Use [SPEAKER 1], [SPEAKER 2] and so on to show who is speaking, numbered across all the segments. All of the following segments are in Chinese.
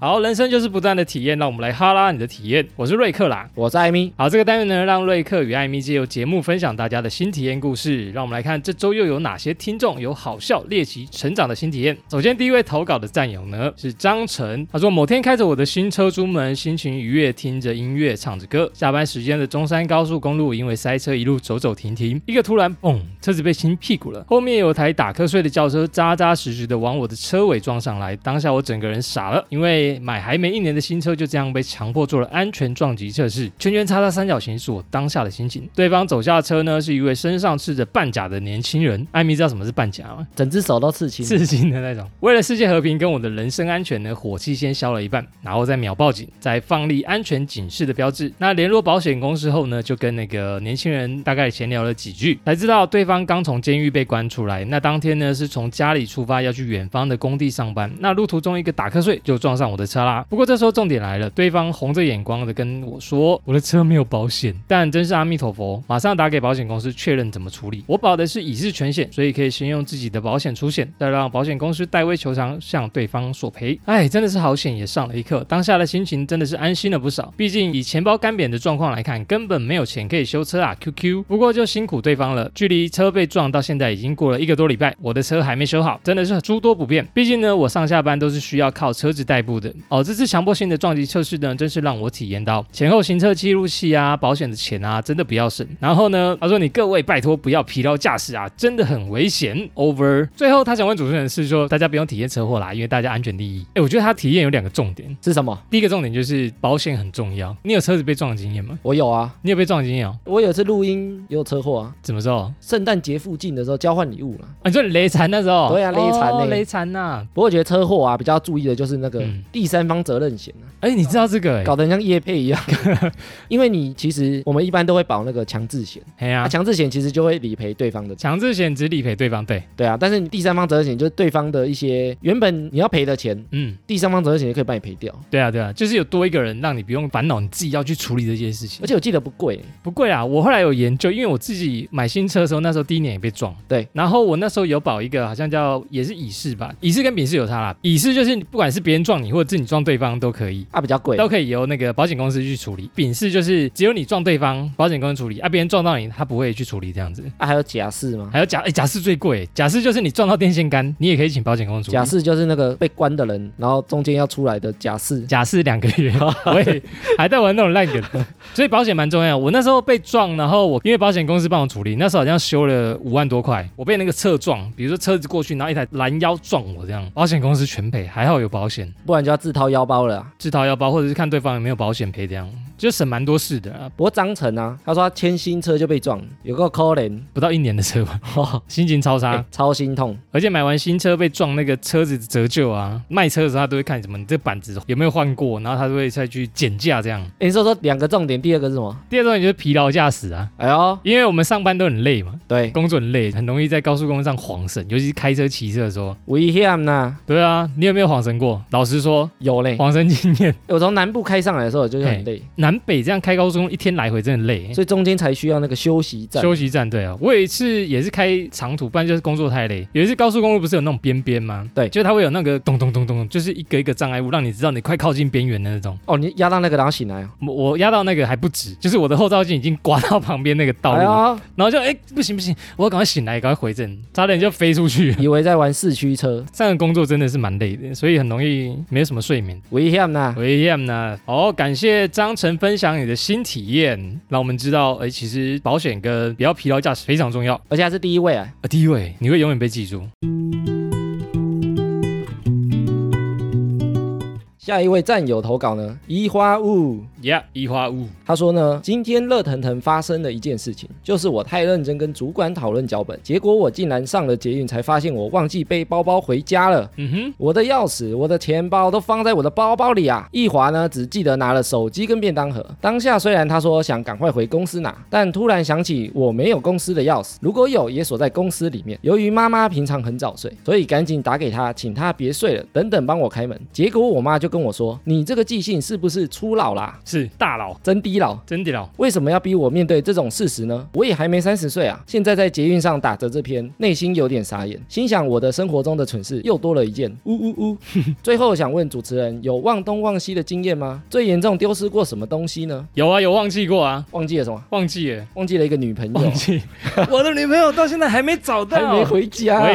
[SPEAKER 1] 好，人生就是不断的体验，让我们来哈拉你的体验。我是瑞克啦。
[SPEAKER 2] 我是艾米，
[SPEAKER 1] 好，这个单元呢，让瑞克与艾米借由节目分享大家的新体验故事。让我们来看这周又有哪些听众有好笑、猎奇、成长的新体验。首先，第一位投稿的战友呢是张晨，他说某天开着我的新车出门，心情愉悦，听着音乐，唱着歌。下班时间的中山高速公路因为塞车，一路走走停停，一个突然嘣，车子被亲屁股了。后面有台打瞌睡的轿车扎扎实实的往我的车尾撞上来，当下我整个人傻了，因为买还没一年的新车就这样被强迫做了安全撞击测试，圈圈叉叉三角形是我当下的心情。对方走下车呢，是一位身上刺着半甲的年轻人。艾米知道什么是半甲吗？
[SPEAKER 2] 整只手都刺青，
[SPEAKER 1] 刺青的那种。为了世界和平跟我的人身安全呢，火气先消了一半，然后再秒报警，再放立安全警示的标志。那联络保险公司后呢，就跟那个年轻人大概闲聊了几句，才知道对方刚从监狱被关出来。那当天呢，是从家里出发要去远方的工地上班。那路途中一个打瞌睡就撞上我的车啦。不过这时候重点来了，对方红着眼光的跟我说：“我的车没有保险。”但真是阿弥陀佛，马上打给保险公司确认怎么处理。我保的是已是全险，所以可以先用自己的保险出险，再让保险公司代为求偿，向对方索赔。哎，真的是好险，也上了一课。当下的心情真的是安心了不少。毕竟以钱包干瘪的状况来看，根本没有钱可以修车啊，QQ。不过就辛苦对方了。距离车被撞到现在已经过了一个多礼拜，我的车还没修好，真的是诸多不便。毕竟呢，我上下班都是需要靠车子代步的。哦，这次强迫性的撞击测试呢，真是让我体验到前后行车记录器啊，保险的钱啊，真的不要省。然后呢，他说你各位拜托不要疲劳驾驶啊，真的很危险。Over。最后他想问主持人是说，大家不用体验车祸啦，因为大家安全第一。哎，我觉得他体验有两个重点，
[SPEAKER 2] 是什么？
[SPEAKER 1] 第一个重点就是保险很重要。你有车子被撞的经验吗？
[SPEAKER 2] 我有啊，
[SPEAKER 1] 你有被撞的经验哦？
[SPEAKER 2] 我有一次录音也有车祸啊，
[SPEAKER 1] 怎么说？
[SPEAKER 2] 圣诞节附近的时候交换礼物啦。
[SPEAKER 1] 啊，你说雷残那时候？
[SPEAKER 2] 对啊雷残
[SPEAKER 1] 哦
[SPEAKER 2] 嘞
[SPEAKER 1] 雷残呐。
[SPEAKER 2] 不过我觉得车祸啊比较注意的就是那个
[SPEAKER 1] 嗯
[SPEAKER 2] 第三方责任险啊，
[SPEAKER 1] 哎，你知道这个？哎
[SPEAKER 2] 搞得很像业配 一样。因为你其实我们一般都会保那个强制险，
[SPEAKER 1] 哎
[SPEAKER 2] 啊，
[SPEAKER 1] 呀，
[SPEAKER 2] 强制险其实就会理赔对方的，
[SPEAKER 1] 强制险只理赔对方，对，
[SPEAKER 2] 对啊。但是你第三方责任险就是对方的一些原本你要赔的钱，
[SPEAKER 1] 嗯，
[SPEAKER 2] 第三方责任险就可以帮你赔掉，
[SPEAKER 1] 对啊，对啊，就是有多一个人让你不用烦恼，你自己要去处理这件事情
[SPEAKER 2] 而。且我记得不贵、
[SPEAKER 1] 不贵啊，我后来有研究，因为我自己买新车的时候，那时候第一年也被撞。
[SPEAKER 2] 对，
[SPEAKER 1] 然后我那时候有保一个，好像叫也是乙式吧，乙式跟丙式有差啦。乙式就是不管是别人撞你，或者是你撞对方都可以。
[SPEAKER 2] 啊，比较贵，
[SPEAKER 1] 都可以由那个保险公司去处理，丙式就是只有你撞对方，保险公司处理，啊，别人撞到你，他不会去处理这样子。
[SPEAKER 2] 啊，还有假释吗？
[SPEAKER 1] 还有甲，哎、甲式最贵，甲式就是你撞到电线杆，你也可以请保险公司处理。
[SPEAKER 2] 假释就是那个被关的人，然后中间要出来的假释。
[SPEAKER 1] 假释两个 月，我也还在玩那种烂梗，所以保险蛮重要。我那时候被撞，然后我因为保险公司帮我处理，那时候好像修了五万多块。我被那个侧撞，比如说车子过去，然后一台拦腰撞我这样，保险公司全赔，还好有保险，
[SPEAKER 2] 不然就要自掏腰包了啊、
[SPEAKER 1] 自掏腰包，或者是看对方有没有保险赔这样，就省蛮多事的啊。
[SPEAKER 2] 不过张晨啊，他说他签新车就被撞，有个可 怜，
[SPEAKER 1] 不到一年的车 吧，心情超差
[SPEAKER 2] 哎，超心痛。
[SPEAKER 1] 而且买完新车被撞，那个车子折旧啊，卖车的时候他都会看什么，你这板子有没有换过，然后他都会再去减价这样。
[SPEAKER 2] 哎你说说两个重点，第二个是什么？
[SPEAKER 1] 第二种就是疲劳驾驶啊，
[SPEAKER 2] 哎呦，
[SPEAKER 1] 因为我们上班都很累嘛，
[SPEAKER 2] 对，
[SPEAKER 1] 工作很累，很容易在高速公路上晃神，尤其是开车、骑车的时候。
[SPEAKER 2] 危险呐，
[SPEAKER 1] 对啊，你有没有晃神过？老实说，
[SPEAKER 2] 有嘞。
[SPEAKER 1] 晃神经验，
[SPEAKER 2] 我从南部开上来的时候，我就是很累，
[SPEAKER 1] 南北这样开高速公路一天来回真的累。
[SPEAKER 2] 所以中间才需要那个休息站。
[SPEAKER 1] 休息站对啊，我有一次也是开长途，不然就是工作太累。有一次高速公路不是有那种边边吗？
[SPEAKER 2] 对
[SPEAKER 1] 就它会有那个咚咚咚咚，就是一个一个障碍物，让你知道你快靠近边缘的那种。
[SPEAKER 2] 哦，你压到那个然后醒来哦，
[SPEAKER 1] 我我压到那个还不止，就是我的后照镜已经刮到旁边那个道路，
[SPEAKER 2] 哎呦，
[SPEAKER 1] 然后就哎、不行不行，我要赶快醒来，赶快回正，差点就飞出去了。
[SPEAKER 2] 以为在玩四驱车，
[SPEAKER 1] 这样的工作真的是蛮累的，所以很容易没什么睡 眠。
[SPEAKER 2] 危险呐。
[SPEAKER 1] 我 a m 呢？哦，感谢张晨分享你的新体验，让我们知道，哎，其实保险跟不要疲劳驾驶非常重要。
[SPEAKER 2] 而且他是第一位啊，
[SPEAKER 1] 呃，第一位，你会永远被记住。
[SPEAKER 2] 下一位战友投稿呢，移花雾。
[SPEAKER 1] Yeah，一花五。
[SPEAKER 2] 他说呢，今天热腾腾发生了一件事情，就是我太认真跟主管讨论脚本，结果我竟然上了捷运才发现我忘记背包包回家了。
[SPEAKER 1] 嗯哼，
[SPEAKER 2] 我的钥匙、我的钱包都放在我的包包里啊！一华呢，只记得拿了手机跟便当盒。当下虽然他说想赶快回公司拿，但突然想起我没有公司的钥匙，如果有也锁在公司里面。由于妈妈平常很早睡，所以赶紧打给她，请她别睡了，等等帮我开门。结果我妈就跟我说：“你这个记性是不是初老啦？”
[SPEAKER 1] 是大佬，
[SPEAKER 2] 真低老。
[SPEAKER 1] 真的佬，
[SPEAKER 2] 为什么要逼我面对这种事实呢？我也还没三十岁啊！现在在捷运上打着这篇，内心有点傻眼，心想我的生活中的蠢事又多了一件。呜呜呜！ 最后想问主持人，有忘东忘西的经验吗？最严重丢失过什么东西呢？
[SPEAKER 1] 有啊，有忘记过啊，
[SPEAKER 2] 忘记了什么？
[SPEAKER 1] 忘记了，
[SPEAKER 2] 忘记了一个女朋友，
[SPEAKER 1] 忘记， 我的女朋友到现在还没找
[SPEAKER 2] 还没回 家、
[SPEAKER 1] 喂，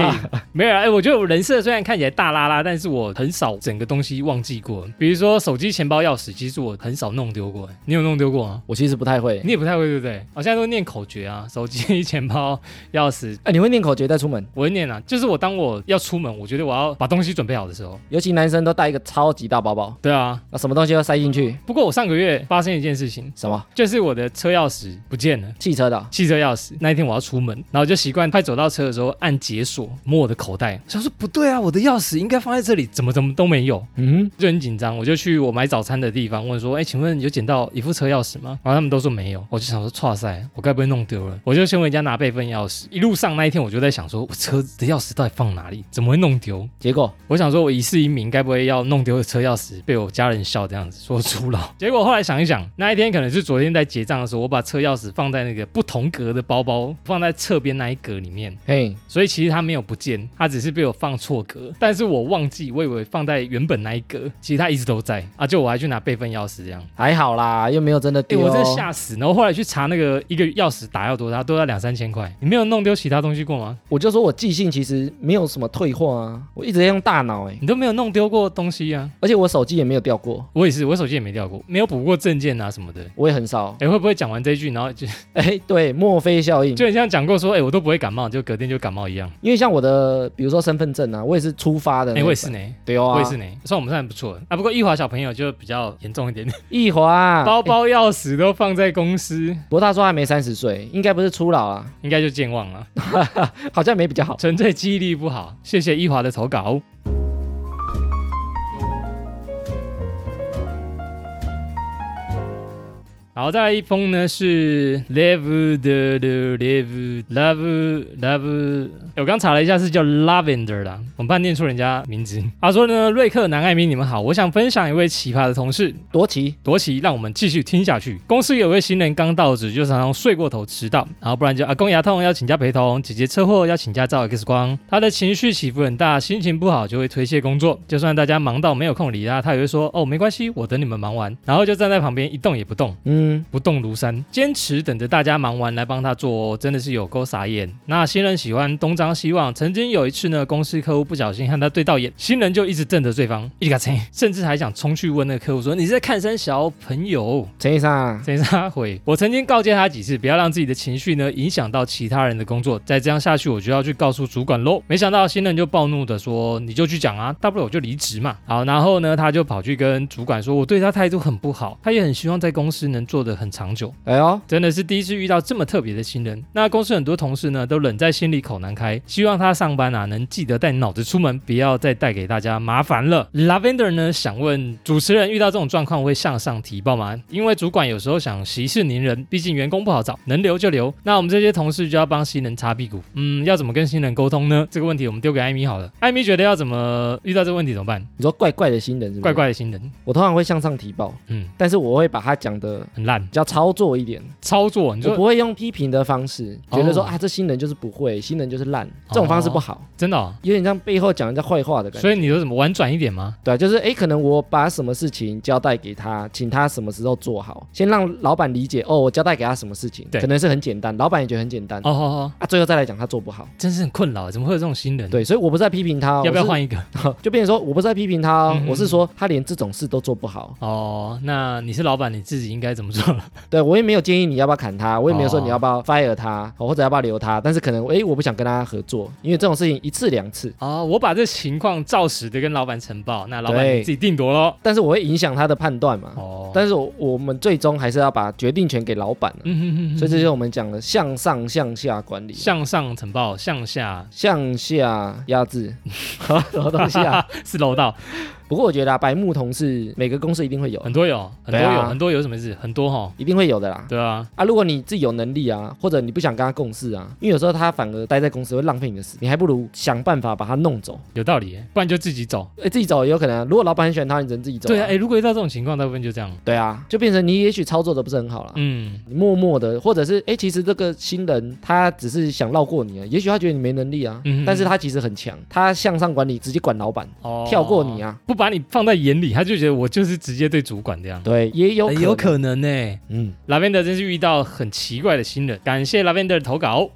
[SPEAKER 1] 没有啊，哎、我觉得我人设虽然看起来大拉拉，但是我很少整个东西忘记过。比如说手机、钱包、钥匙，其实我很少弄丢过。你有弄丢过吗？
[SPEAKER 2] 我其实不太会。
[SPEAKER 1] 你也不太会，对不对？哦我现在都念口诀啊，手机、钱包、钥匙，
[SPEAKER 2] 哎、你会念口诀再出门？
[SPEAKER 1] 我会念啊。就是我当我要出门，我觉得我要把东西准备好的时候，
[SPEAKER 2] 尤其男生都带一个超级大包包，
[SPEAKER 1] 对啊。
[SPEAKER 2] 那什么东西都塞进去？
[SPEAKER 1] 不过我上个月发生一件事情，
[SPEAKER 2] 什么
[SPEAKER 1] 就是我的车钥匙不见了。
[SPEAKER 2] 汽车的哦？
[SPEAKER 1] 汽车钥匙那一天我要出门，然后就习惯快走到车的时候按解锁，摸我的口袋，想说不对啊，我的钥匙应该放在这里，怎么怎么都没有，
[SPEAKER 2] 嗯，
[SPEAKER 1] 就很紧张。我就去我买早餐的地方问说，哎，请问有捡到一副车钥匙吗？然后他们都说没有，我就想说，哇塞，我该不会弄丢了？我就先回家拿备份钥匙。一路上那一天我就在想说，我车子的钥匙到底放哪里？怎么会弄丢？
[SPEAKER 2] 结果
[SPEAKER 1] 我想说，我一世英名，该不会要弄丢的车钥匙被我家人笑这样子，说我粗老。 结果后来想一想，那一天可能是昨天在结账的时候，我把车钥匙放在那个不同格的包包，放在侧边那一格里面，
[SPEAKER 2] 嘿，
[SPEAKER 1] 所以其实它没有不见，它只是被我放错格。但是我忘记，我以为放在原本那一格，其实它一直都在啊。就我还去拿备份钥匙这样。
[SPEAKER 2] 还好啦，又没有真的
[SPEAKER 1] 哎、
[SPEAKER 2] 丢。
[SPEAKER 1] 我真的吓死！然后后来去查那个一个钥匙打要多少，都要两三千块。你没有弄丢其他东西过吗？
[SPEAKER 2] 我就说我记性其实没有什么退化啊，我一直在用大脑哎、
[SPEAKER 1] 你都没有弄丢过东西啊？
[SPEAKER 2] 而且我手机也没有掉过，
[SPEAKER 1] 我也是，我手机也没掉过，没有补过证件啊什么的。
[SPEAKER 2] 我也很少。
[SPEAKER 1] 哎、会不会讲完这一句，然后就
[SPEAKER 2] 哎、对，墨菲效应，
[SPEAKER 1] 就很像讲过说，哎、我都不会感冒，就隔天就感冒一样。
[SPEAKER 2] 因为像我的，比如说身份证啊，我也是出发的
[SPEAKER 1] 哎、
[SPEAKER 2] 那一
[SPEAKER 1] 我也
[SPEAKER 2] 本，
[SPEAKER 1] 是呢，
[SPEAKER 2] 对啊，
[SPEAKER 1] 我也是。呢，算我们算不错的啊。不过一华小朋友就比较严重一 点，
[SPEAKER 2] 易华，啊
[SPEAKER 1] 包包、钥匙都放在公司，
[SPEAKER 2] 不过他说还没三十岁，应该不是初老啊，
[SPEAKER 1] 应该就健忘了，
[SPEAKER 2] 好像没比较好。
[SPEAKER 1] 纯粹记忆力不好。谢谢一华的投稿。好，再来一封呢是 love 的 love love love，我刚查了一下是叫 lavender 啦，我们怕念错人家名字。他说呢，瑞克南艾米，你们好，我想分享一位奇葩的同事，
[SPEAKER 2] 多奇，
[SPEAKER 1] 多奇，让我们继续听下去。公司有位新人刚到职，就常常睡过头迟到，然后不然就阿啊公牙痛要请假陪同，姐姐车祸要请假照 X 光。他的情绪起伏很大，心情不好就会推卸工作，就算大家忙到没有空理他，他也会说哦没关系，我等你们忙完，然后就站在旁边一动也不动。
[SPEAKER 2] 嗯，
[SPEAKER 1] 不动如山，坚持等着大家忙完来帮他做哦，真的是有够傻眼。那新人喜欢东张西望，曾经有一次呢，公司客户不小心和他对到眼，新人就一直瞪着对方，一直嘎切，甚至还想冲去问那个客户说：“你是在看三小朋友
[SPEAKER 2] 陈医生啊？”，
[SPEAKER 1] 谁撒回？我曾经告诫他几次，不要让自己的情绪呢影响到其他人的工作，再这样下去，我就要去告诉主管喽。没想到新人就暴怒的说：“你就去讲啊，大不了我就离职嘛。”好，然后呢，他就跑去跟主管说：“我对他态度很不好，他也很希望在公司能做得很长久。”
[SPEAKER 2] 哎呦，
[SPEAKER 1] 真的是第一次遇到这么特别的新人。那公司很多同事呢，都忍在心里口难开，希望他上班啊能记得带脑子出门，不要再带给大家麻烦了。Lavender 呢，想问主持人，遇到这种状况会向上提报吗？因为主管有时候想息事宁人，毕竟员工不好找，能留就留。那我们这些同事就要帮新人擦屁股。嗯，要怎么跟新人沟通呢？这个问题我们丢给艾米好了。艾米觉得要怎么遇到这个问题怎么办？
[SPEAKER 2] 你说怪怪的新人是不是？
[SPEAKER 1] 怪，怪的新人，
[SPEAKER 2] 我通常会向上提报，
[SPEAKER 1] 嗯，
[SPEAKER 2] 但是我会把他讲的
[SPEAKER 1] 很烂
[SPEAKER 2] 比，较操作一点，
[SPEAKER 1] 操作你
[SPEAKER 2] 我
[SPEAKER 1] 说
[SPEAKER 2] 不会用批评的方式，觉得说、
[SPEAKER 1] 哦
[SPEAKER 2] 啊这新人就是不会，新人就是烂，这种方式不好，
[SPEAKER 1] 真的、哦，
[SPEAKER 2] 有点像背后讲人家坏话的感觉。
[SPEAKER 1] 所以你说怎么婉转一点吗？
[SPEAKER 2] 对啊，就是诶，可能我把什么事情交代给他，请他什么时候做好，先让老板理解哦，我交代给他什么事情，
[SPEAKER 1] 对
[SPEAKER 2] 可能是很简单，老板也觉得很简单、
[SPEAKER 1] 哦哦哦，
[SPEAKER 2] 啊，最后再来讲他做不好。
[SPEAKER 1] 真是很困扰，怎么会有这种新人？，
[SPEAKER 2] 对，所以我不是在批评他、哦，
[SPEAKER 1] 要不要
[SPEAKER 2] 我是？
[SPEAKER 1] 换一个？
[SPEAKER 2] 就变成说我不是在批评他、哦，
[SPEAKER 1] 嗯嗯
[SPEAKER 2] 我是说他连这种事都做不好。
[SPEAKER 1] 哦，那你是老板，你自己应该怎么做？
[SPEAKER 2] 对我也没有建议你要不要砍他，我也没有说
[SPEAKER 1] 哦
[SPEAKER 2] 你要不要 fire 他，哦或者要不要留他，但是可能诶，我不想跟他合作，因为这种事情一次两次，
[SPEAKER 1] 哦，我把这情况照实的跟老板呈报，那老板
[SPEAKER 2] 对
[SPEAKER 1] 你自己定夺喽。
[SPEAKER 2] 但是我会影响他的判断嘛。
[SPEAKER 1] 哦，
[SPEAKER 2] 但是我我们最终还是要把决定权给老板、啊
[SPEAKER 1] 嗯哼哼哼，
[SPEAKER 2] 所以这就是我们讲的向上向下管理啊。
[SPEAKER 1] 向上呈报，向下
[SPEAKER 2] 向下压制，什么东西啊？
[SPEAKER 1] 是楼道，
[SPEAKER 2] 不过我觉得啊，白木桶是每个公司一定会有，
[SPEAKER 1] 很多有，很多
[SPEAKER 2] 对
[SPEAKER 1] 有，
[SPEAKER 2] 啊
[SPEAKER 1] 很多有什么事？很多哈，
[SPEAKER 2] 一定会有的啦。
[SPEAKER 1] 对啊，
[SPEAKER 2] 啊，如果你自己有能力啊，或者你不想跟他共事啊，因为有时候他反而待在公司会浪费你的时间，你还不如想办法把他弄走。
[SPEAKER 1] 有道理耶，不然就自己走。
[SPEAKER 2] 哎、自己走也有可能、啊，如果老板很喜欢他，你只能自己走、
[SPEAKER 1] 对啊，哎，如果遇到这种情况，大部分就这样。
[SPEAKER 2] 对啊，就变成你也许操作的不是很好啦。
[SPEAKER 1] 嗯，
[SPEAKER 2] 你默默的，或者是哎、诶其实这个新人他只是想绕过你啊，也许他觉得你没能力啊，
[SPEAKER 1] 嗯哼
[SPEAKER 2] 但是他其实很强，他向上管理直接管老板，
[SPEAKER 1] 哦
[SPEAKER 2] 跳过你，啊，
[SPEAKER 1] 不把你放在眼里，他就觉得我就是直接对主管这样。
[SPEAKER 2] 对，也有
[SPEAKER 1] 哎
[SPEAKER 2] 能
[SPEAKER 1] 有可能呢。
[SPEAKER 2] 嗯。
[SPEAKER 1] Lavender 真是遇到很奇怪的新人，感谢 Lavender 的投稿。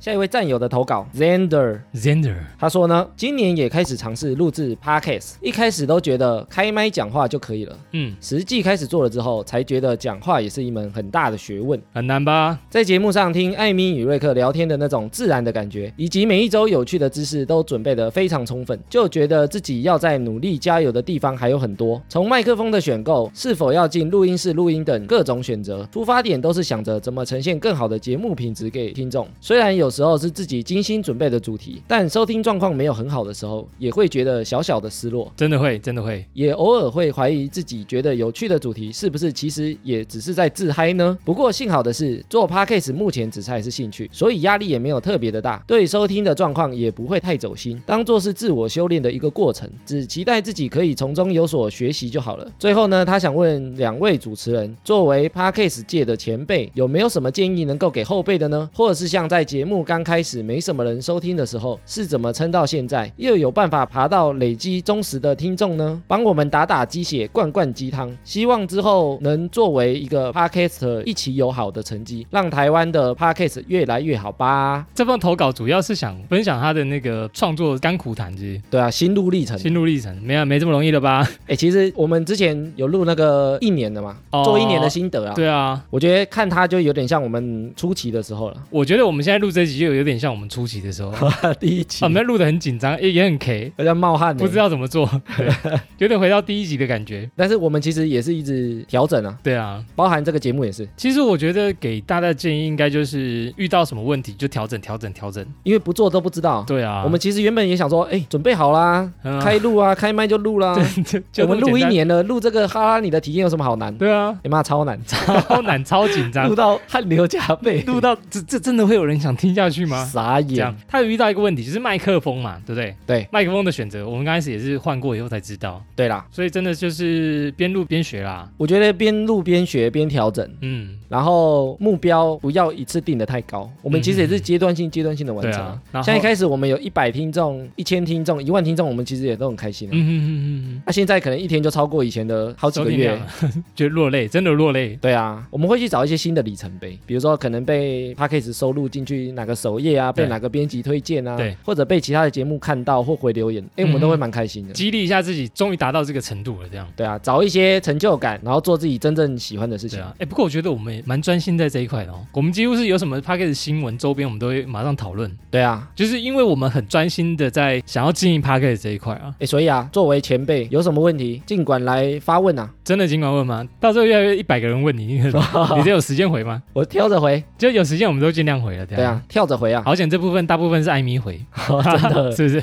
[SPEAKER 2] 下一位战友的投稿，Zander，
[SPEAKER 1] Zander，
[SPEAKER 2] 他说呢，今年也开始尝试录制 podcast，一开始都觉得开麦讲话就可以了，
[SPEAKER 1] 嗯，
[SPEAKER 2] 实际开始做了之后，才觉得讲话也是一门很大的学问。
[SPEAKER 1] 很难吧？
[SPEAKER 2] 在节目上听艾米与瑞克聊天的那种自然的感觉，以及每一周有趣的知识都准备得非常充分，就觉得自己要在努力加油的地方还有很多。从麦克风的选购、是否要进录音室录音等各种选择，出发点都是想着怎么呈现更好的节目品质给听众。虽然有时候是自己精心准备的主题，但收听状况没有很好的时候，也会觉得小小的失落。
[SPEAKER 1] 真的会，真的会。
[SPEAKER 2] 也偶尔会怀疑自己觉得有趣的主题是不是其实也只是在自嗨呢？不过幸好的是，做 podcast 目前只是还是兴趣，所以压力也没有特别的大，对收听的状况也不会太走心，当做是自我修炼的一个过程，只期待自己可以从中有所学习就好了。最后呢，他想问两位主持人，作为 podcast 界的前辈，有没有什么建议能够给后辈的呢？或者是像在节目刚开始没什么人收听的时候，是怎么撑到现在，又有办法爬到累积忠实的听众呢？帮我们打打鸡血，灌灌鸡汤，希望之后能作为一个 podcast 一起有好的成绩，让台湾的 podcast 越来越好吧。
[SPEAKER 1] 这份投稿主要是想分享他的那个创作甘苦谈之
[SPEAKER 2] 对啊，心路历程。
[SPEAKER 1] 心路历程，没有啊没这么容易了吧？
[SPEAKER 2] 哎、其实我们之前有录那个一年的嘛，
[SPEAKER 1] 哦
[SPEAKER 2] 做一年的心得啊。
[SPEAKER 1] 对啊，
[SPEAKER 2] 我觉得看他就有点像我们初期的时候了，
[SPEAKER 1] 我觉得我们现在录这集就有点像我们初期的 时候，啊
[SPEAKER 2] 第一期
[SPEAKER 1] 我们录的很紧张，也也很 K，
[SPEAKER 2] 有点冒汗呢，
[SPEAKER 1] 不知道怎么做，对 有点回到第一集的感觉。
[SPEAKER 2] 但是我们其实也是一直调整啊，
[SPEAKER 1] 对啊，
[SPEAKER 2] 包含这个节目也是，
[SPEAKER 1] 其实我觉得给大家的建议应该就是遇到什么问题就调整、调整、调整。
[SPEAKER 2] 因为不做都不知道。
[SPEAKER 1] 对啊，
[SPEAKER 2] 我们其实原本也想说，哎、准备好啦，
[SPEAKER 1] 嗯啊
[SPEAKER 2] 开录啊，开麦就录啦。
[SPEAKER 1] 就就
[SPEAKER 2] 我们
[SPEAKER 1] 这么
[SPEAKER 2] 录一
[SPEAKER 1] 简单，
[SPEAKER 2] 年了，录这个哈拉你的体验有什么好难？哎
[SPEAKER 1] 对啊，
[SPEAKER 2] 你妈超难，
[SPEAKER 1] 超难、超紧张
[SPEAKER 2] 录，到汗流浃背，
[SPEAKER 1] 录到这这真的会有人想听下去吗？
[SPEAKER 2] 傻
[SPEAKER 1] 这样
[SPEAKER 2] 眼。，
[SPEAKER 1] 他有遇到一个问题，就是麦克风嘛，对不对？
[SPEAKER 2] 对，
[SPEAKER 1] 麦克风的选择，我们刚开始也是换过以后才知道，
[SPEAKER 2] 对啦，
[SPEAKER 1] 所以真的就是边录边学啦。
[SPEAKER 2] 我觉得边录边学边调整，
[SPEAKER 1] 嗯，
[SPEAKER 2] 然后目标不要一次定的太高。我们其实也是阶段性、阶段性的完
[SPEAKER 1] 嗯对
[SPEAKER 2] 成
[SPEAKER 1] 啊
[SPEAKER 2] 啊。。
[SPEAKER 1] 然后
[SPEAKER 2] 像一开始我们有一百听众、一千听众、一万听众，我们其实也都很开心、啊。
[SPEAKER 1] 嗯哼哼哼哼，
[SPEAKER 2] 那、现在可能一天就超过以前的好几
[SPEAKER 1] 收
[SPEAKER 2] 个
[SPEAKER 1] 听量
[SPEAKER 2] 月。
[SPEAKER 1] 了 觉得落泪，真的落泪。
[SPEAKER 2] 对啊，我们会去找一些新的里程碑，比如说可能被 p a c k a g e 收录进去哪个首页啊，
[SPEAKER 1] 对
[SPEAKER 2] 被哪个编辑推荐啊，
[SPEAKER 1] 对，嗯
[SPEAKER 2] 或者被其他的节目看到或回留言，哎、我们都会蛮开心的。
[SPEAKER 1] 激励一下自己，终于达到这个程度了，这样。
[SPEAKER 2] 对啊，找一些成就感，然后做自己真正喜欢的事
[SPEAKER 1] 对
[SPEAKER 2] 情。
[SPEAKER 1] 啊，哎、不过我觉得我们也蛮专心在这一块的哦。我们几乎是有什么 p a c k a g e 新闻周边，我们都会马上讨论，
[SPEAKER 2] 对啊，
[SPEAKER 1] 就是因为我们很专心的在想要经营 p a c k a g e 这一块啊。
[SPEAKER 2] 哎、所以啊，作为前辈，有什么问题尽管来发问啊，
[SPEAKER 1] 真的尽管问吗？到时候越来越一百个人问你， 你你这有时间回吗？
[SPEAKER 2] 我挑着回。
[SPEAKER 1] 就有时间我们都尽量回了，这
[SPEAKER 2] 对
[SPEAKER 1] 样。
[SPEAKER 2] 啊，跳着回 啊，
[SPEAKER 1] 好险，这部分大部分是艾米回，
[SPEAKER 2] 真的。
[SPEAKER 1] 是不是？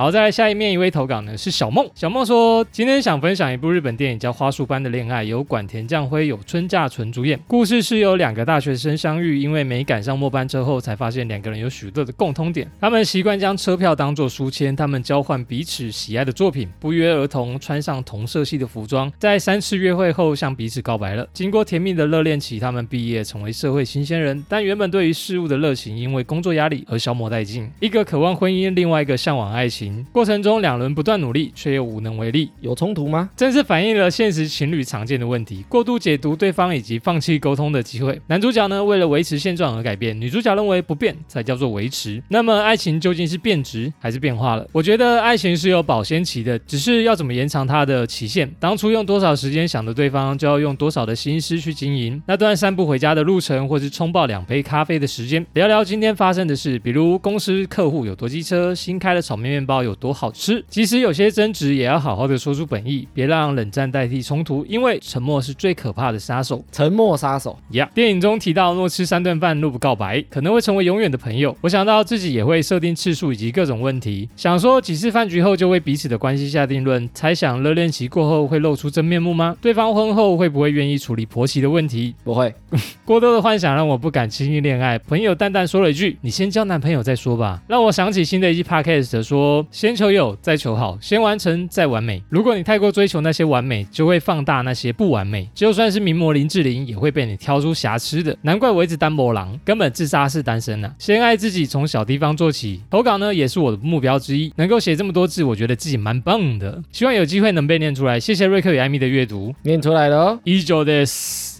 [SPEAKER 1] 好，再来下一面一位投稿呢是小梦。小梦说，今天想分享一部日本电影叫《花束般的恋爱》，由管田将辉、有春架纯主演。故事是由两个大学生相遇，因为没赶上末班车后，才发现两个人有许多的共通点。他们习惯将车票当作书签，他们交换彼此喜爱的作品，不约而同穿上同色系的服装，在三次约会后向彼此告白了。经过甜蜜的热恋期，他们毕业成为社会新鲜人，但原本对于事物的热情因为工作压力而消磨殆尽。一个渴望婚姻，另外一个向往爱情，过程中两人不断努力，却又无能为力。
[SPEAKER 2] 有冲突吗？
[SPEAKER 1] 正是反映了现实情侣常见的问题：过度解读对方以及放弃沟通的机会。男主角呢，为了维持现状而改变；女主角认为不变才叫做维持。那么，爱情究竟是变质还是变化了？我觉得爱情是有保鲜期的，只是要怎么延长它的期限。当初用多少时间想着对方，就要用多少的心思去经营。那段散步回家的路程，或是冲泡两杯咖啡的时间，聊聊今天发生的事，比如公司客户有多机车，新开了炒面面包。道有多好吃。即使有些争执，也要好好的说出本意，别让冷战代替冲突，因为沉默是最可怕的杀手。
[SPEAKER 2] 沉默杀手，
[SPEAKER 1] 呀，电影中提到诺吃三顿饭，诺不告白，可能会成为永远的朋友。我想到自己也会设定次数以及各种问题，想说几次饭局后就为彼此的关系下定论，猜想热恋期过后会露出真面目吗？对方婚后会不会愿意处理婆媳的问题？
[SPEAKER 2] 不会，
[SPEAKER 1] 过多的幻想让我不敢轻易恋爱。朋友淡淡说了一句：“你先交男朋友再说吧。”让我想起新的一期 podcast 说：“先求有，再求好，先完成，再完美。”如果你太过追求那些完美，就会放大那些不完美。就算是名模林志玲，也会被你挑出瑕疵的。难怪我一直单薄狼，根本自杀式单身啊！先爱自己，从小地方做起。投稿呢，也是我的目标之一。能够写这么多字，我觉得自己蛮棒的。希望有机会能被念出来。谢谢瑞克与艾米的阅读。
[SPEAKER 2] 念出来了哦。
[SPEAKER 1] 依旧的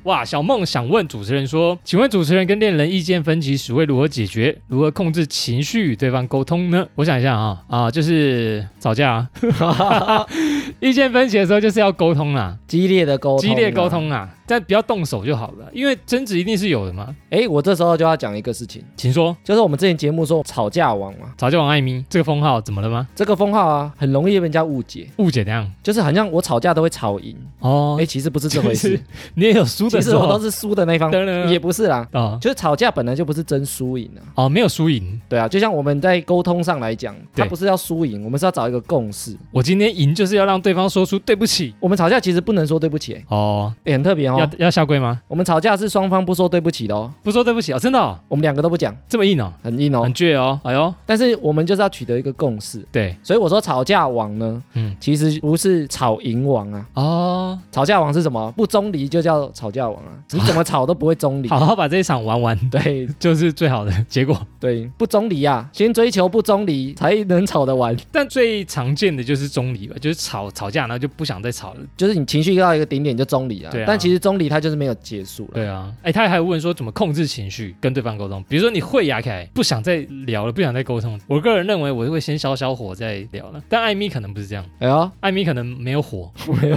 [SPEAKER 1] 哇，小梦想问主持人说：“请问主持人跟恋人意见分歧时会如何解决？如何控制情绪与对方沟通呢？”我想一下啊啊，就是吵架、啊， 意见分歧的时候就是要沟通啦，
[SPEAKER 2] 激烈的沟通，啊
[SPEAKER 1] 激烈沟。通啦，但不要动手就好了，因为争执一定是有的嘛。
[SPEAKER 2] 哎，我这时候就要讲一个事情，
[SPEAKER 1] 请说，
[SPEAKER 2] 就是我们之前节目说吵架王嘛，
[SPEAKER 1] 吵架王艾米这个封号怎么了吗？
[SPEAKER 2] 这个封号啊，很容易被人家误解，
[SPEAKER 1] 误解怎样？
[SPEAKER 2] 就是好像我吵架都会吵赢，
[SPEAKER 1] 哦
[SPEAKER 2] 哎，，其实不是这 回
[SPEAKER 1] 就
[SPEAKER 2] 事
[SPEAKER 1] 是，你也有输
[SPEAKER 2] 其
[SPEAKER 1] 的
[SPEAKER 2] 实
[SPEAKER 1] 时
[SPEAKER 2] 我都
[SPEAKER 1] 候
[SPEAKER 2] 是输的那一方
[SPEAKER 1] 当然，了
[SPEAKER 2] 也不是啦。
[SPEAKER 1] 啊
[SPEAKER 2] 就是吵架本来就不是真输赢啊，
[SPEAKER 1] 哦，没有输赢，
[SPEAKER 2] 对啊，就像我们在沟通上来讲，它
[SPEAKER 1] 对
[SPEAKER 2] 不是要输赢，我们是要找一个共识。
[SPEAKER 1] 我今天赢就是要让对方说出对不起
[SPEAKER 2] 我们吵架其实不能说对不起、欸，
[SPEAKER 1] 哦，
[SPEAKER 2] 欸很特别
[SPEAKER 1] 要
[SPEAKER 2] 哦。
[SPEAKER 1] 要下跪吗？
[SPEAKER 2] 我们吵架是双方不说对不起的哦，
[SPEAKER 1] 不说对不起哦，真的、哦、
[SPEAKER 2] 我们两个都不讲，
[SPEAKER 1] 这么硬哦。
[SPEAKER 2] 很硬哦
[SPEAKER 1] 很。倔哦，哎呦，
[SPEAKER 2] 但是我们就是要取得一个共识，
[SPEAKER 1] 对，
[SPEAKER 2] 所以我说吵架王呢，
[SPEAKER 1] 嗯
[SPEAKER 2] 其实不是吵赢王啊，
[SPEAKER 1] 哦，
[SPEAKER 2] 吵架王是什么？不中离就叫吵架王 啊，你怎么吵都不会中离。
[SPEAKER 1] 好好把这一场玩 完，
[SPEAKER 2] 对
[SPEAKER 1] 就是最好的结果。
[SPEAKER 2] 对，不中离啊，先追求不中离才能吵得完。
[SPEAKER 1] 但最常见的就是中离吧，就是吵吵架，然后就不想再吵了。
[SPEAKER 2] 就是你情绪到一个顶点就中离了，
[SPEAKER 1] 对啊
[SPEAKER 2] 但其实中离它就是没有结束了。
[SPEAKER 1] 对啊，哎，他还问说怎么控制情绪，跟对方沟通。比如说你会牙开，不想再聊了，不想再沟通。我个人认为我会先消消火再聊了，但艾米可能不是这样，
[SPEAKER 2] 哎呦，
[SPEAKER 1] 艾米可能没有啊火，
[SPEAKER 2] 没有。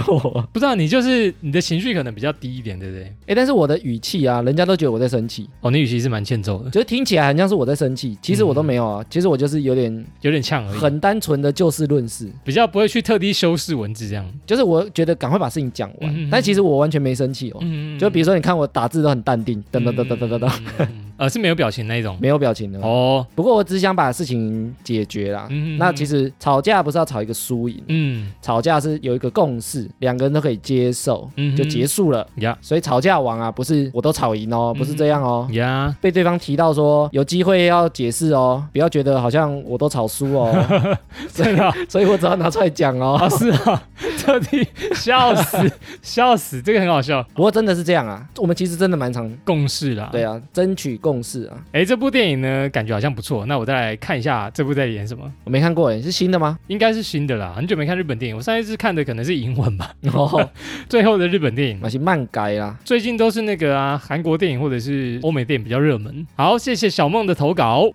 [SPEAKER 1] 不知道你就是你的情绪可能比较低一点，对不对？
[SPEAKER 2] 哎，但是我的语气啊，人家都觉得我在生气，
[SPEAKER 1] 哦，你语气是蛮欠揍的，
[SPEAKER 2] 就是听起来很像是我在生气，其实我都没有
[SPEAKER 1] 嗯
[SPEAKER 2] 啊，其实我就是有点
[SPEAKER 1] 有点呛而已，
[SPEAKER 2] 很单纯的就事论事，
[SPEAKER 1] 比较不会去特地修饰文字这样。
[SPEAKER 2] 就是我觉得赶快把事情讲完，
[SPEAKER 1] 嗯嗯嗯
[SPEAKER 2] 但其实我完全没生气哦。
[SPEAKER 1] 嗯
[SPEAKER 2] 就比如说，你看我打字都很淡定，噔
[SPEAKER 1] 等
[SPEAKER 2] 噔
[SPEAKER 1] 等
[SPEAKER 2] 噔
[SPEAKER 1] 等
[SPEAKER 2] 噔
[SPEAKER 1] 等等
[SPEAKER 2] 噔噔
[SPEAKER 1] 等，
[SPEAKER 2] 噔，
[SPEAKER 1] 嗯嗯嗯呃，是没有表情那一种。
[SPEAKER 2] 没有表情的。
[SPEAKER 1] 哦，
[SPEAKER 2] 不过我只想把事情解决啦。
[SPEAKER 1] 嗯嗯嗯
[SPEAKER 2] 那其实吵架不是要吵一个输赢，
[SPEAKER 1] 嗯
[SPEAKER 2] 吵架是有一个共识，两个人都可以接受，
[SPEAKER 1] 嗯
[SPEAKER 2] 就结束了。
[SPEAKER 1] 呀
[SPEAKER 2] 所以吵架王啊，不是我都吵赢
[SPEAKER 1] 嗯
[SPEAKER 2] 哦，不是这样哦。
[SPEAKER 1] 呀，
[SPEAKER 2] 被对方提到说有机会要解释哦，不要觉得好像我都吵 输哦，
[SPEAKER 1] 真的啊
[SPEAKER 2] 所以我只好拿出来讲哦
[SPEAKER 1] 啊。是啊， 特地笑 死笑死，这个很好笑，
[SPEAKER 2] 不过真的是这样啊，我们其实真的蛮常
[SPEAKER 1] 共识啦。
[SPEAKER 2] 对，啊，争取共识啊。
[SPEAKER 1] 哎，这部电影呢，感觉好像不错，那我再来看一下这部在演什么。
[SPEAKER 2] 我没看过诶，是新的吗？
[SPEAKER 1] 应该是新的啦，很久没看日本电影。我上一次看的可能是《银魂》吧，
[SPEAKER 2] 哦，
[SPEAKER 1] 最后的日本电影。
[SPEAKER 2] 那是漫改啦。
[SPEAKER 1] 最近都是那个啊，韩国电影或者是欧美电影比较热门。好，谢谢小梦的投稿。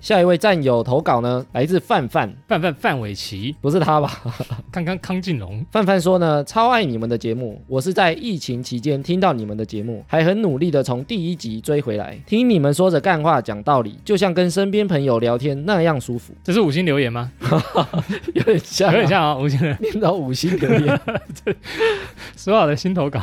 [SPEAKER 2] 下一位战友投稿呢，来自范范，
[SPEAKER 1] 范范范玮琪，
[SPEAKER 2] 不是他吧？
[SPEAKER 1] 看看康靖龙，
[SPEAKER 2] 范范说呢，超爱你们的节目，我是在疫情期间听到你们的节目，还很努力的从第一集追回来，听你们说着干话讲道理，就像跟身边朋友聊天那样舒服，
[SPEAKER 1] 这是五星留言吗？
[SPEAKER 2] 有点像、
[SPEAKER 1] 有点。像啊，五星留言。
[SPEAKER 2] 念到五星留言，
[SPEAKER 1] 说好的新投稿，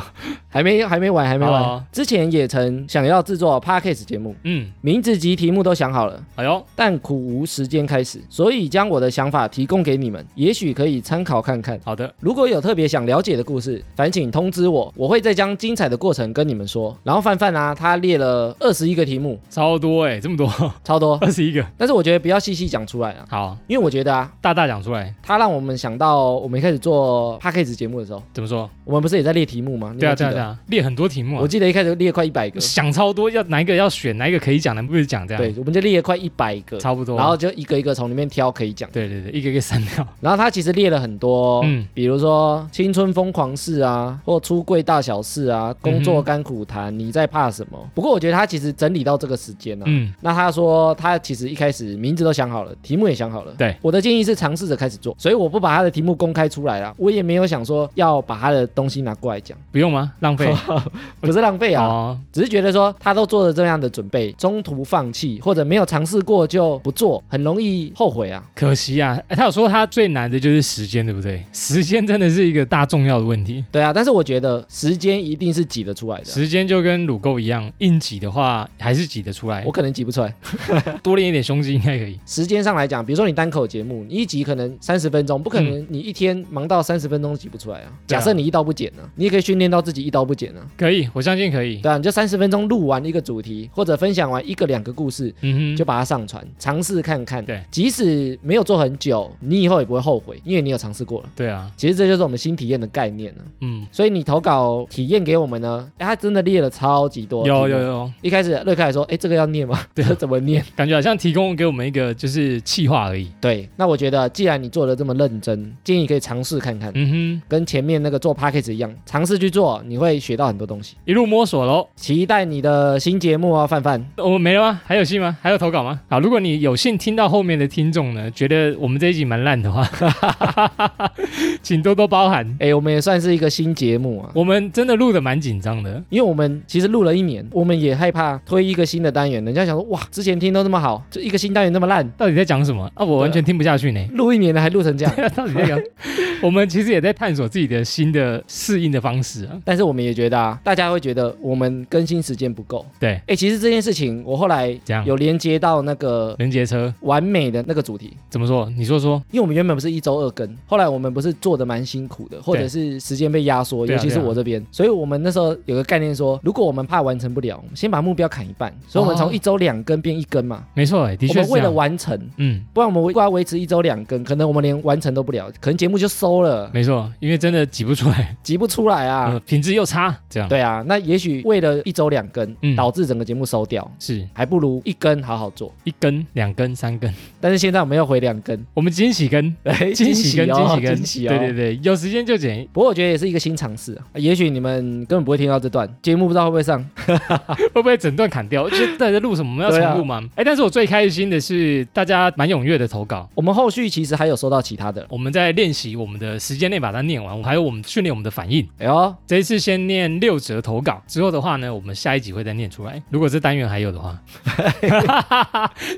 [SPEAKER 2] 还没还没完，还没完。
[SPEAKER 1] 哦
[SPEAKER 2] 之前也曾想要制作 podcast 节目，
[SPEAKER 1] 嗯，
[SPEAKER 2] 名字及题目都想好了，
[SPEAKER 1] 哎呦，
[SPEAKER 2] 但苦无时间开始，所以将我的想法提供给你们，也许可以参考看看。
[SPEAKER 1] 好的，
[SPEAKER 2] 如果有特别想了解的故事，烦请通知我，我会再将精彩的过程跟你们说。然后范范啊，他列了二十一个题目，
[SPEAKER 1] 超多哎、这么多，
[SPEAKER 2] 超多，
[SPEAKER 1] 二十一个。
[SPEAKER 2] 但是我觉得不要细细讲出来啊，
[SPEAKER 1] 好，
[SPEAKER 2] 因为我觉得啊，
[SPEAKER 1] 大大讲出来，
[SPEAKER 2] 他让我们想到我们一开始做 p a c k a g e 节目的时候，
[SPEAKER 1] 怎么说？
[SPEAKER 2] 我们不是也在列题目吗？你
[SPEAKER 1] 对
[SPEAKER 2] 有
[SPEAKER 1] 啊，
[SPEAKER 2] 记
[SPEAKER 1] 对啊，
[SPEAKER 2] 得
[SPEAKER 1] 对啊，列很多题目、
[SPEAKER 2] 我
[SPEAKER 1] 啊，
[SPEAKER 2] 记得一开始列快一百个，
[SPEAKER 1] 想超多，要哪一个要选，哪一个可以讲，哪不可以讲，这样，
[SPEAKER 2] 对，我们就列了快一百个，
[SPEAKER 1] 差不多。
[SPEAKER 2] 然后，就一个一个从里面挑可以讲。
[SPEAKER 1] 对对对，一个一个删掉。
[SPEAKER 2] 然后他其实列了很多，
[SPEAKER 1] 嗯
[SPEAKER 2] 比如说青春疯狂事啊，或出柜大小事啊，工
[SPEAKER 1] 嗯
[SPEAKER 2] 作
[SPEAKER 1] 哼
[SPEAKER 2] 甘苦谈，你在怕什么？不过我觉得他其实整理到这个时间呢、啊。
[SPEAKER 1] 嗯，
[SPEAKER 2] 那他说，他其实一开始名字都想好了，题目也想好了。
[SPEAKER 1] 对，
[SPEAKER 2] 我的建议是尝试着开始做，所以我不把他的题目公开出来啦，我也没有想说要把他的东西拿过来讲，
[SPEAKER 1] 不用吗？浪 费
[SPEAKER 2] 不是浪费啊，
[SPEAKER 1] 哦，
[SPEAKER 2] 只是觉得说他都做了这样的准备，中途放弃或者没有尝试过后就不做，很容易后悔啊。
[SPEAKER 1] 可惜啊，哎他有说他最难的就是时间，对不对？时间真的是一个大重要的问题。
[SPEAKER 2] 对啊，但是我觉得时间一定是挤得出来的，啊
[SPEAKER 1] 时间就跟乳沟一样，硬挤的话还是挤得出来
[SPEAKER 2] 我。可能挤不出来。
[SPEAKER 1] 多练一点胸肌应该可以。
[SPEAKER 2] 时间上来讲，比如说你单口节目，你一集可能三十分钟，不可能你一天忙到三十分钟挤不出来啊。
[SPEAKER 1] 对啊嗯
[SPEAKER 2] 假设你一刀不剪呢、你也可以训练到自己一刀不剪啊。
[SPEAKER 1] 可以，我相信可以。
[SPEAKER 2] 对啊，你就三十分钟录完一个主题，或者分享完一个两个故事，
[SPEAKER 1] 嗯
[SPEAKER 2] 就
[SPEAKER 1] 哼，
[SPEAKER 2] 把它上传，尝试看看。
[SPEAKER 1] 对，
[SPEAKER 2] 即使没有做很久，你以后也不会后悔，因为你有尝试过了。
[SPEAKER 1] 对啊，
[SPEAKER 2] 其实这就是我们新体验的概念呢、啊
[SPEAKER 1] 嗯，
[SPEAKER 2] 所以你投稿体验给我们呢，哎，他真的列了超级多。
[SPEAKER 1] 有有。啊有，
[SPEAKER 2] 一开始瑞克还说，哎，这个要念吗？对， 怎么念？
[SPEAKER 1] 感觉好像提供给我们一个就是气话而已。
[SPEAKER 2] 对，那我觉得既然你做的这么认真，建议可以尝试看看，
[SPEAKER 1] 嗯
[SPEAKER 2] 跟前面那个做 p a c k a g e 一样，尝试去做，你会学到很多东西
[SPEAKER 1] 哼。，一路摸索喽。
[SPEAKER 2] 期待你的新节目啊，范范。
[SPEAKER 1] 我们没了吗？还有戏吗？还有投稿吗？好，如果你有幸听到后面的听众呢，觉得我们这一集蛮烂的话， 请多多包涵。
[SPEAKER 2] 哎，我们也算是一个新节目啊。
[SPEAKER 1] 我们真的录的蛮紧张的，
[SPEAKER 2] 因为我们其实录了一年，我们也害怕推一个新的单元，人家想说哇，之前听都那么好，就一个新单元那么烂，
[SPEAKER 1] 到底在讲什么啊？我完全听不下去 呢。
[SPEAKER 2] 录一年了还录成 这样。
[SPEAKER 1] 到底在讲？我们其实也在探索自己的新的适应的方式啊。
[SPEAKER 2] 但是我们也觉得啊，大家会觉得我们更新时间不够。
[SPEAKER 1] 对，
[SPEAKER 2] 哎，其实这件事情我后来
[SPEAKER 1] 这样嗯
[SPEAKER 2] 有连接到那个
[SPEAKER 1] 人杰车
[SPEAKER 2] 完美的那个主题，
[SPEAKER 1] 怎么说？你说说。
[SPEAKER 2] 因为我们原本不是一周二更，后来我们不是做的蛮辛苦的，或者是时间被压缩，
[SPEAKER 1] 对啊
[SPEAKER 2] 尤其是我这边，所以我们那时候有个概念说，如果我们怕完成不了，我们先把目标砍一半，所以我们
[SPEAKER 1] 哦
[SPEAKER 2] 从一周两更变一更嘛，
[SPEAKER 1] 没错，哎的
[SPEAKER 2] 我
[SPEAKER 1] 确
[SPEAKER 2] 们
[SPEAKER 1] 是这
[SPEAKER 2] 为了
[SPEAKER 1] 样。
[SPEAKER 2] 完成。
[SPEAKER 1] 嗯，
[SPEAKER 2] 不然我们如果要维持一周两更，可能我们连完成都不了，可能节目就收了，
[SPEAKER 1] 没错，因为真的挤不出来，
[SPEAKER 2] 挤不出来啊。
[SPEAKER 1] 呃品质又差，这样
[SPEAKER 2] 对啊，那也许为了一周两更，
[SPEAKER 1] 嗯
[SPEAKER 2] 导致整个节目收掉，
[SPEAKER 1] 是
[SPEAKER 2] 还不如一更好好做。
[SPEAKER 1] 一根、两根、三根，
[SPEAKER 2] 但是现在我们要回两更，
[SPEAKER 1] 我们惊喜根、
[SPEAKER 2] 哎
[SPEAKER 1] 惊喜根、
[SPEAKER 2] 哦，
[SPEAKER 1] 喜根，
[SPEAKER 2] 惊喜哦。
[SPEAKER 1] 对对对，有时间就剪。
[SPEAKER 2] 不过我觉得也是一个新尝试啊，也许你们根本不会听到这段节目，不知道会不会上。
[SPEAKER 1] 会不会整段砍掉？就是大家录什么，我们要
[SPEAKER 2] 啊
[SPEAKER 1] 重录吗？哎、但是我最开心的是大家蛮踊跃的投稿。
[SPEAKER 2] 我们后续其实还有收到其他的，
[SPEAKER 1] 我们在练习我们的时间内把它念完，还有我们训练我们的反应。
[SPEAKER 2] 哎呦，
[SPEAKER 1] 这一次先念六折投稿，之后的话呢，我们下一集会再念出来。如果这单元还有的 话，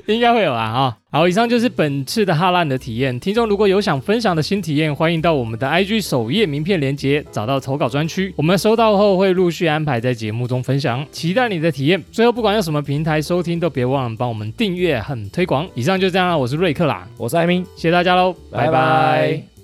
[SPEAKER 1] 应该会有啦哈。好，以上就是本次的哈烂的体验。听众如果有想分享的新体验，欢迎到我们的 IG 首页名片连接找到投稿专区，我们收到后会陆续安排在节目中分享。期待你的体验。最后，不管用什么平台收听，都别忘了帮我们订阅和推广。以上就这样啦，我是瑞克啦，
[SPEAKER 2] 我是艾明，
[SPEAKER 1] 谢谢大家喽，拜
[SPEAKER 2] 拜
[SPEAKER 1] 拜
[SPEAKER 2] 拜